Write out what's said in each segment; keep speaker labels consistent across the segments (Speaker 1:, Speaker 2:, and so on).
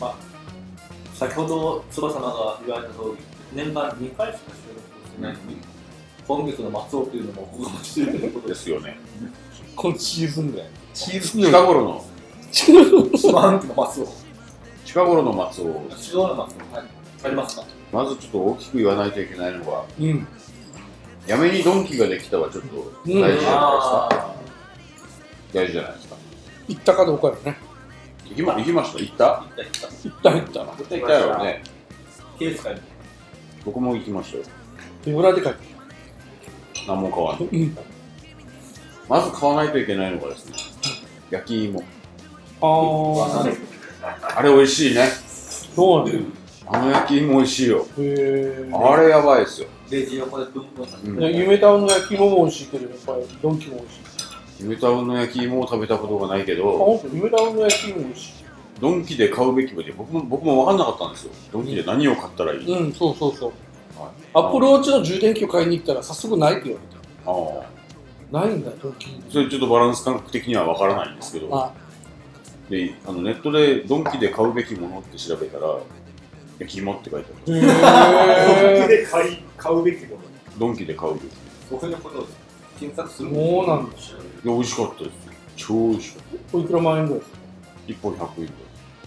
Speaker 1: まあ、先ほど翼様が言われた通り、年間2回しか収録をしてないのに、今月の末尾というのもおこがましいということ
Speaker 2: で
Speaker 1: です
Speaker 2: よね。
Speaker 3: 今シーズンぐらい。シーズンぐら
Speaker 2: 近
Speaker 3: い。
Speaker 2: 頃の、
Speaker 1: す。四半期の末尾。
Speaker 2: 近頃の松尾、
Speaker 1: 市場の末尾。はい。ありますか
Speaker 2: まずちょっと大きく言わないといけないのが、
Speaker 3: うん。
Speaker 2: やめにドンキができたはちょっと大事じゃないですか。大事じゃないですか。
Speaker 3: 行ったかどうかよね。
Speaker 2: 行きま行きました行った
Speaker 1: あー、いったいった。
Speaker 3: 行った行った。
Speaker 2: 絶対行ったよね。
Speaker 1: ケース会に。
Speaker 2: 僕も行きましたよ。
Speaker 3: 手ぶらで帰っ
Speaker 2: 何も買わない。
Speaker 3: た。うん。
Speaker 2: まず買わないといけないのがですね、焼き芋。
Speaker 3: ああ、
Speaker 2: あれ美味しいね。
Speaker 3: そうなんだ。へ
Speaker 2: あの焼き芋美味しいよ。
Speaker 3: え。
Speaker 2: あれやばいですよ。
Speaker 1: レジ横でブンブンさせて。
Speaker 2: うん
Speaker 3: いや、夢タウンの焼き芋も美味しいけど、やっぱりドンキも美味しい。
Speaker 2: 夢タウンの焼き芋を食べたことがないけ
Speaker 3: あ、
Speaker 2: ど、
Speaker 3: ほんと、夢タウンの焼き芋美味し
Speaker 2: ドンキで買うべきもで、僕も、僕も分かんなかったんですよ。ドンキで何を買ったらい
Speaker 3: い。
Speaker 2: い、
Speaker 3: うん、そうそうそう。
Speaker 2: はい
Speaker 3: アップルウォッチの充電器を買いに行ったら、早速ないって言われ
Speaker 2: ああ。
Speaker 3: た。ないんだ、ドンキに。
Speaker 2: それちょっとバランス感覚的には分からないんですけど、
Speaker 3: あ、
Speaker 2: で、あのネットでドンキで買うべきものって調べたら、焼き芋って書いてある。
Speaker 3: へ
Speaker 4: 本気
Speaker 3: え。
Speaker 4: で買い買うべきもの
Speaker 2: ドンキで買うべき。で、
Speaker 1: 僕のことを検索する
Speaker 3: そうなんだ。
Speaker 2: 美味しかったですよ。超美味しかった。
Speaker 3: おいくら万円ぐらいですか
Speaker 2: 1本100円で。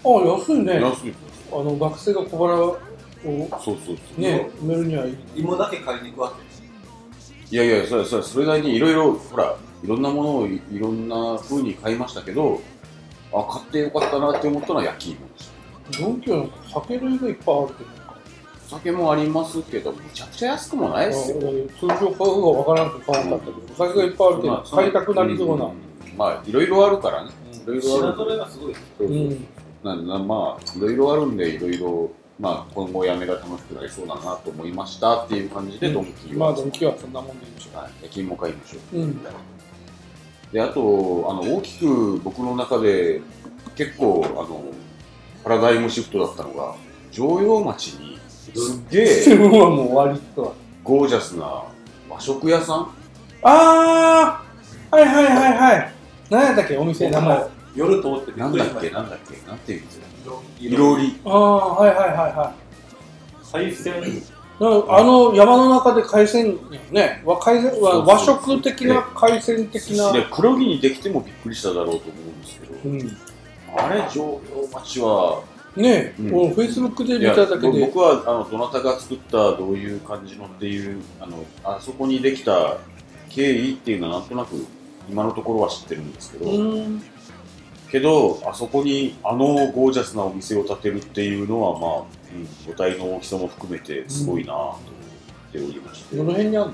Speaker 3: あ、安いね。
Speaker 2: 安いですよ。
Speaker 3: あの、学生が小腹を
Speaker 2: そうそうそう。
Speaker 3: ね、埋めるにはいい。
Speaker 1: 芋だけ買いに行くわけ。
Speaker 2: いやいや、それそれそれなりにいろいろ、ほら、いろんなものをいいろんな風に買いましたけど、あ、買ってよかったなって思ったのは焼き芋でし
Speaker 3: ドンキはなんか酒類がいっぱいあるけど。
Speaker 2: た。お酒もありますけど、めちゃくちゃ安くもないですよ。
Speaker 3: 通常買うのがわからなくて買わなかったけど、お酒がいっぱいあるけど、買いたくなりそうな。。
Speaker 2: んまあ、いろいろあるからね。いろいろあ
Speaker 1: 品
Speaker 2: る。
Speaker 1: 揃えがすごい。
Speaker 2: そううそうんななまあ、いろいろあるんで、いろいろ、まあ、今後やめが楽しくなりそうだなと思いましたっていう感じで、
Speaker 3: うん
Speaker 2: ドンキーを。
Speaker 3: まあ、ドンキはそんなもんでいいでしょ
Speaker 2: はい、焼き芋買いましょう。
Speaker 3: う。うん。
Speaker 2: であとあの大きく僕の中で結構あのパラダイムシフトだったのが常用町にすっげ
Speaker 3: セ
Speaker 2: え
Speaker 3: ブンはもう終わりとは。
Speaker 2: ゴージャスな和食屋さん
Speaker 3: あーはいはいはいはい。何やったっけ、お店名前。あ
Speaker 1: 夜通ってび
Speaker 2: なん
Speaker 1: くり
Speaker 2: だ
Speaker 1: し
Speaker 2: っ
Speaker 1: ま
Speaker 2: け
Speaker 1: した
Speaker 2: なんだっけなんていうんですかい
Speaker 1: い
Speaker 2: ろ
Speaker 1: ろ
Speaker 2: り
Speaker 3: あー、はいはいはいはい。
Speaker 1: 海鮮
Speaker 3: なんかあの山の中で海鮮やね、わ海鮮
Speaker 2: そう
Speaker 3: わ
Speaker 2: そう
Speaker 3: 和食的な海鮮的な、
Speaker 2: で黒木にできてもびっくりしただろうと思うんですけど
Speaker 3: うん、
Speaker 2: あれ常用町は
Speaker 3: ね、
Speaker 2: うん
Speaker 3: もうフェイスブックで見
Speaker 2: いや
Speaker 3: ただけで、
Speaker 2: 僕はあのどなたが作ったどういう感じのっていうあのあそこにできた経緯っていうのはなんとなく今のところは知ってるんですけど、
Speaker 3: うん、
Speaker 2: けど、あそこにあのゴージャスなお店を建てるっていうのは、まあ、うん、母体の大きさも含めてすごいなと思っておりまして、
Speaker 3: どの辺にある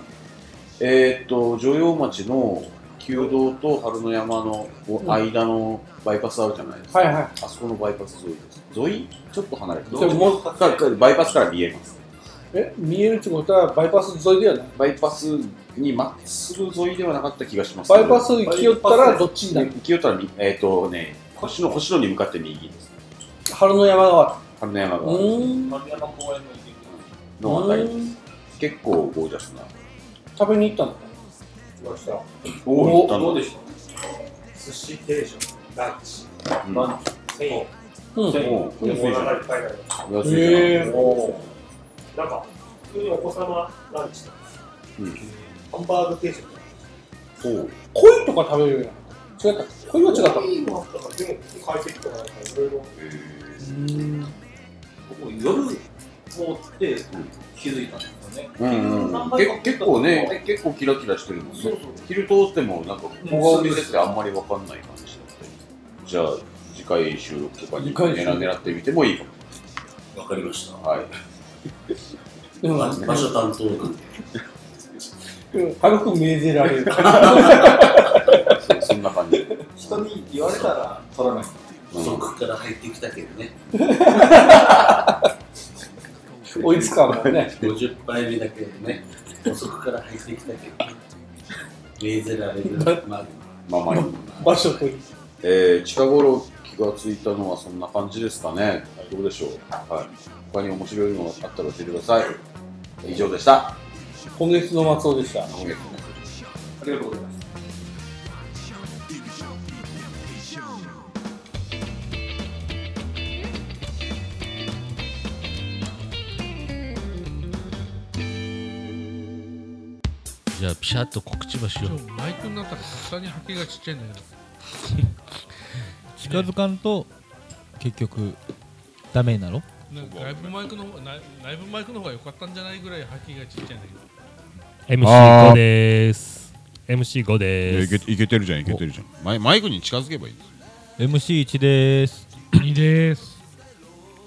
Speaker 2: えーっと、城陽町の旧道と春の山のこう間のバイパスあるじゃないですか、
Speaker 3: はいはい
Speaker 2: あそこのバイパス沿いです。沿いちょっと離れて
Speaker 3: じゃあもう
Speaker 2: かかバイパスから見えます。
Speaker 3: え見えるってことはバイパス沿いではない
Speaker 2: バイパスにまっすぐ沿いではなかった気がします
Speaker 3: バイパス行き寄ったらどっちにな
Speaker 2: 行
Speaker 3: る
Speaker 2: きよったらみ、えーっとね、星野星野に向かって右ですね。
Speaker 3: 春の山川
Speaker 2: 春の山
Speaker 3: う
Speaker 2: が
Speaker 3: ーん
Speaker 1: 丸山公園の池
Speaker 2: のあたりです
Speaker 3: うーん
Speaker 2: 結構ゴージャスな。
Speaker 3: 食べに行ったの
Speaker 4: 来ました
Speaker 2: お
Speaker 1: にどう
Speaker 2: で
Speaker 1: でし
Speaker 4: 寿司定食ランチ
Speaker 2: た
Speaker 1: たま
Speaker 4: 1000円
Speaker 3: うん
Speaker 1: あ
Speaker 2: もう
Speaker 4: で
Speaker 2: 安い
Speaker 4: も
Speaker 2: じ
Speaker 4: お腹
Speaker 2: ゃない
Speaker 4: いっぱいになりま
Speaker 2: 安いじゃ
Speaker 3: へ
Speaker 2: ない
Speaker 3: ー
Speaker 4: すなんか普通にお子様ランチとか
Speaker 2: うん
Speaker 4: ハンバーグ定食
Speaker 2: おう
Speaker 3: 鯉とか食べるような違った鯉は違ったう
Speaker 4: いいもあったからでも解析とかなんかいろいろ
Speaker 2: へー
Speaker 3: ーん
Speaker 1: 僕夜通って気づいたんですよね
Speaker 2: うんうんけ結構ね結構キラキラしてるもんね
Speaker 1: そうそう
Speaker 2: 昼通ってもなんかここがお店ってあんまり分かんない感じだったりじゃあ次回収録とかに
Speaker 3: 次回収
Speaker 2: 狙
Speaker 3: 録
Speaker 2: 狙ってみてもいいかも
Speaker 5: わかりました。
Speaker 2: はい
Speaker 3: で も
Speaker 5: 場場所担当なんで。
Speaker 3: うん軽く命ぜられる
Speaker 2: そそんな感じで
Speaker 1: 人に言われたら取らない
Speaker 2: うん
Speaker 5: そこから入ってきたけどね、
Speaker 3: 追いつかんもんね
Speaker 5: 50杯目だけどね、遅くから入ってきたけどね、レーゼラレーゼラ、まあ、
Speaker 2: まあまあいい
Speaker 3: 場所といい
Speaker 2: えー近頃気がついたのはそんな感じですかねどうでしょうはい他に面白いのがあったら教えてください以上でした
Speaker 3: 今月の松尾でした
Speaker 2: 今月も
Speaker 1: ありがとうございます
Speaker 6: じゃあピシャッと告知ばしよう
Speaker 7: マイクの中で下にハケがちっちゃいんだけど
Speaker 1: 近づかんと結局ダメになろ
Speaker 7: なんか内部マイクの方内内部マイクの方が良かったんじゃないぐらいハケがちっちゃいんだけど
Speaker 8: MC5 でーす MC5
Speaker 2: い
Speaker 8: で
Speaker 2: や
Speaker 8: ー
Speaker 2: い
Speaker 8: す
Speaker 2: けいけてるじゃんいけてるじゃんマイマイクに近づけばいいんですよ
Speaker 1: MC1 でーす
Speaker 7: 2でーす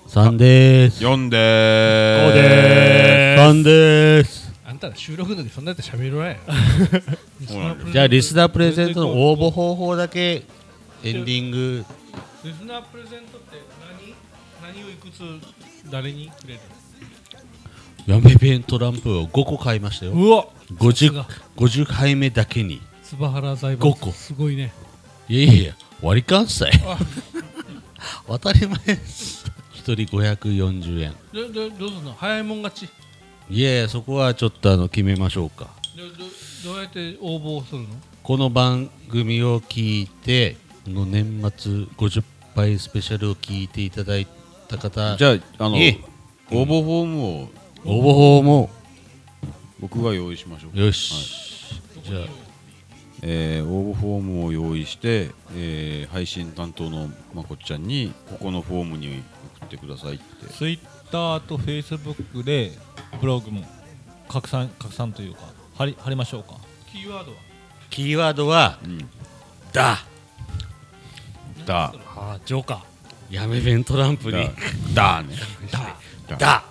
Speaker 6: 3でーす
Speaker 2: 4で
Speaker 8: 5でーす
Speaker 6: 3でーす
Speaker 7: あんたら収録の時そんなやつ喋るわや
Speaker 2: そうなんだよ
Speaker 6: じゃあリスナープレゼントの応募方法だけエンディング
Speaker 7: リスナープレゼントって何何をいくつ誰にくれる
Speaker 6: やめペントランプを5個買いましたよ
Speaker 7: うわ
Speaker 6: 50, 50回目だけに
Speaker 7: ばはら財閥
Speaker 6: 五個
Speaker 7: すごいね
Speaker 6: いやいやいや割り勘っ すね当たり前です1人540円
Speaker 7: どどどうすんの早いもん勝ち
Speaker 6: いやいやそこはちょっとあの決めましょうか
Speaker 7: どどどうやって応募するの
Speaker 6: この番組を聞いてこの年末50杯スペシャルを聞いていただいた方
Speaker 2: じゃああの
Speaker 6: いえ
Speaker 2: 応募フォームを
Speaker 6: 応募法も
Speaker 2: 僕が用意しましょうか
Speaker 6: よし、じゃあ
Speaker 2: えー応募フォームを用意して、えー配信担当のまこっちゃんにここのフォームに送ってくださいって
Speaker 1: Twitter と Facebook でブログも拡散拡散というか貼り貼りましょうか
Speaker 7: キーワードは
Speaker 6: キーワードは
Speaker 2: うん
Speaker 6: 「だ
Speaker 2: だ
Speaker 8: あージョーカ」
Speaker 6: やめ弁トランプに
Speaker 2: だね
Speaker 6: 「 だ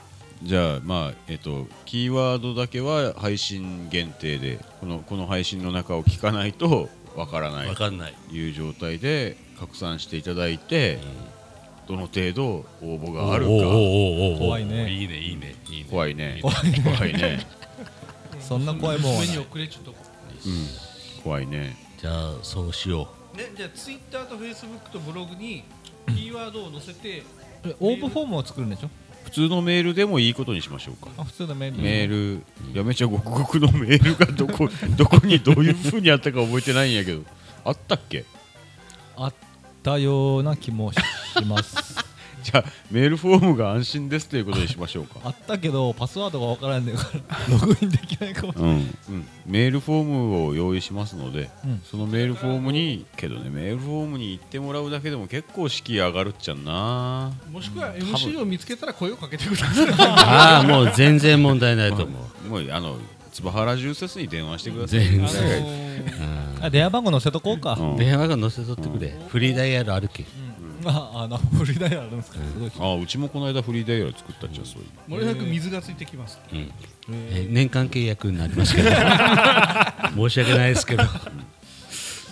Speaker 2: じゃあまあえっ、とキーワードだけは配信限定でこのこの配信の中を聞かないとわから」ない
Speaker 6: わかんない
Speaker 2: いう状態で拡散していただいて、どの程度応募があるか
Speaker 6: おうおうおうおうおう
Speaker 1: 怖いね
Speaker 6: いいねいいねいいね
Speaker 2: 怖いね怖いね怖いね、
Speaker 1: そんな怖いもんはな
Speaker 7: メ
Speaker 1: い
Speaker 7: ニューをくれちょっと
Speaker 2: うん、怖いね
Speaker 6: じゃあそうしよ
Speaker 7: ねじゃあツイッターとフェイスブックとブログにキーワードを載せて
Speaker 1: え応募フォームを作るんでしょ
Speaker 2: 普通のメールでもいいことにしましょうか
Speaker 1: あ普通のメール
Speaker 2: メール、いやめちゃごくごくのメールがどこどこにどういうふうにあったか覚えてないんやけどあったっけ
Speaker 1: あったような気もします
Speaker 2: じゃあメールフォームが安心ですということにしましょう か
Speaker 1: あったけどパスワードがわからんねんからログインできないかも
Speaker 2: うん、うん、メールフォームを用意しますので、
Speaker 1: うん
Speaker 2: そのメールフォームにけどねメールフォームに行ってもらうだけでも結構式上がるっちゃんな
Speaker 7: もしくは MC を見つけたら声をかけてくださ
Speaker 6: うああもう全然問題ないと思う
Speaker 2: もうあの椿原重説に電話してください、
Speaker 6: 全
Speaker 7: いあの
Speaker 6: 然
Speaker 7: ー
Speaker 6: うん
Speaker 1: あ電話番号載せとこうか、
Speaker 2: うん
Speaker 6: 電話が載せとってくれフリーダイヤル歩け
Speaker 1: ああのフリーダイヤルあるんですか、すごいですね
Speaker 2: あうちもこの間フリーダイヤル作ったじゃんそういう
Speaker 7: もれなく水がついてきます
Speaker 6: え年間契約になりますけど 申し訳ないですけど
Speaker 7: ま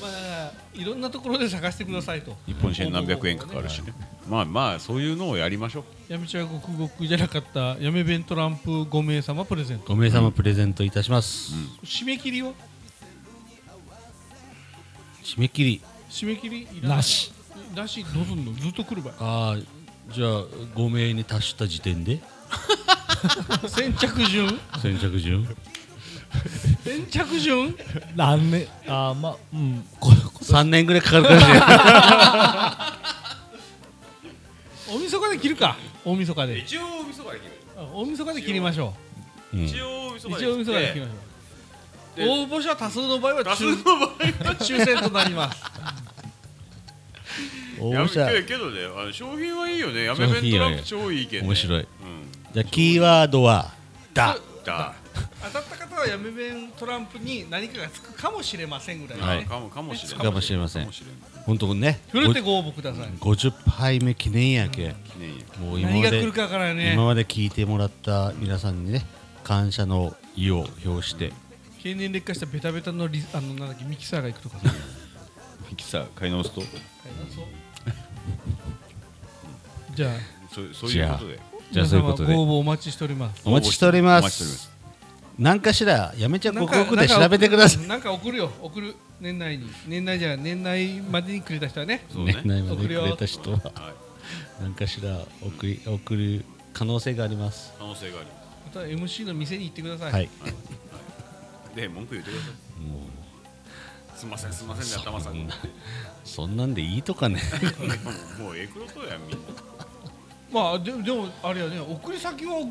Speaker 7: あいろんなところで探してくださいと
Speaker 2: 一本線何百円かかるしねまあまあそういうのをやりましょう
Speaker 7: やめちゃごくごくじゃなかったやめ弁トランプ5名様プレゼント
Speaker 6: 5名様プレゼントいたします、
Speaker 7: 締め切りは
Speaker 6: 締め切り
Speaker 7: 締め切りいらない
Speaker 1: なし
Speaker 7: なしどうすんのずっと来るばい
Speaker 6: ああじゃあ5名に達した時点で
Speaker 7: 先着順
Speaker 6: 先着順
Speaker 7: 先着順
Speaker 1: 何年あまあうんこ
Speaker 6: 3年ぐらいかかるかもしれない
Speaker 7: 大晦日で切るか大晦日で一応大晦日で切る大晦日で切りましょ
Speaker 6: うん
Speaker 7: う一応大晦日で切りましょう応募者多数の場合は多数の場合は抽選となります
Speaker 6: 応
Speaker 2: や
Speaker 6: 募
Speaker 2: め
Speaker 6: 者
Speaker 2: けけどねあの商品はいいよねやめ
Speaker 6: 商
Speaker 2: 弁
Speaker 6: 品
Speaker 2: ト
Speaker 6: は
Speaker 2: ラ
Speaker 6: ね
Speaker 2: ンプ超いいけど、ね、
Speaker 6: 面白
Speaker 2: い、
Speaker 6: い
Speaker 2: うん、
Speaker 6: じゃあキーワードは「だ
Speaker 2: だ、
Speaker 7: 当たった方はやめ弁トランプに何かがつくかもしれませんぐらい
Speaker 6: は
Speaker 7: の
Speaker 6: い
Speaker 7: ね
Speaker 2: かもかもしれない
Speaker 6: かもしれません
Speaker 2: かもしれない」
Speaker 6: 本当ね
Speaker 7: ふるってご応募ください
Speaker 6: ご50杯目記念やけ、
Speaker 2: 記念や
Speaker 6: もう今
Speaker 7: 何
Speaker 6: ま
Speaker 7: が来
Speaker 6: で
Speaker 7: るかわからんよね
Speaker 6: 今まで聞いてもらった皆さんにね感謝の意を表して
Speaker 7: 経年劣化したベタベタのリあのなんだっけミキサーがいくとかさ
Speaker 2: ミキサー買い直すと
Speaker 7: じゃあ
Speaker 2: そうそういうことで
Speaker 6: じゃあそういうことで
Speaker 7: 皆様ご応募お待ちしております
Speaker 6: お待ちしておりま
Speaker 2: お待ちしております
Speaker 6: 何かしらやめちゃ
Speaker 7: なん
Speaker 6: ご
Speaker 7: か
Speaker 6: くごくで調べてください
Speaker 7: なんか送るよ送る年内に年内じゃない年内までにくれた人はね
Speaker 2: そう
Speaker 6: 年
Speaker 2: ね
Speaker 6: 内までくれた人は
Speaker 2: はい
Speaker 6: 何かしら送り送る可能性があります
Speaker 2: 可能性がありま
Speaker 7: また MC の店に行ってください、
Speaker 6: はい
Speaker 2: すで文句言ってくださ
Speaker 6: も
Speaker 2: いすんませんすんませんね頭さんも
Speaker 6: うそんなんでいいと かね
Speaker 2: うもうエクロとやんみんな
Speaker 7: まあででもあれやね送り先は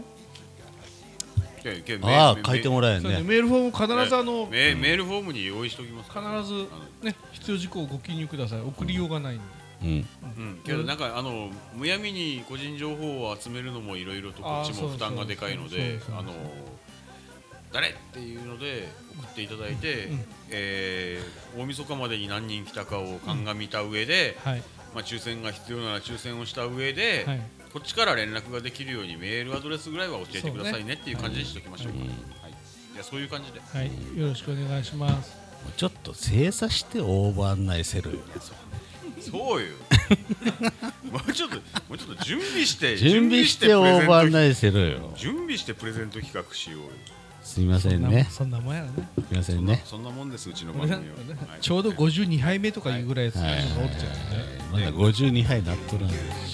Speaker 2: けけ
Speaker 6: あ
Speaker 2: メ
Speaker 6: あ書いてもらえん
Speaker 3: そうね
Speaker 6: ね
Speaker 3: メールフォーム必ずあの
Speaker 2: メメールフォームに用意しておきますから
Speaker 3: 必ずね必要事項をご記入ください送りようがないので
Speaker 6: うん
Speaker 2: うん、けどなんかあのむやみに個人情報を集めるのもいろいろとこっちも負担がでかいので
Speaker 3: そうそうそうそう
Speaker 2: あの誰っていうので送っていただいて、
Speaker 3: うん
Speaker 2: えー大晦日までに何人来たかを鑑みた上で、
Speaker 3: はい
Speaker 2: まあ、抽選が必要なら抽選をした上で、
Speaker 3: はい
Speaker 2: こっちから連絡ができるようにメールアドレスぐらいは教えてくださいねっていう感じにしておきましょうか、はい、じゃあそういう感じで
Speaker 3: はいよろしくお願いします
Speaker 6: ちょっと精査してオーバー案内せるよねそれ
Speaker 2: そう よもうちょっともうちょっと準備して
Speaker 6: 準備してオ
Speaker 2: プレゼン
Speaker 6: ー
Speaker 2: ト
Speaker 6: バー案内せるよ
Speaker 2: 準備してプレゼント企画しようよ
Speaker 6: すいませ
Speaker 3: そ
Speaker 6: ん
Speaker 3: んな
Speaker 6: ね
Speaker 3: そんなもんやろね
Speaker 6: すいませんね
Speaker 2: そんなもんですうちの番
Speaker 3: 俺
Speaker 2: 組
Speaker 3: な
Speaker 2: は
Speaker 3: んかね
Speaker 2: はい
Speaker 3: ちょうど52杯目とかいうぐらいです
Speaker 6: はい
Speaker 3: ね
Speaker 6: はい
Speaker 3: 折っちゃうね
Speaker 6: まだ52杯なっとるんです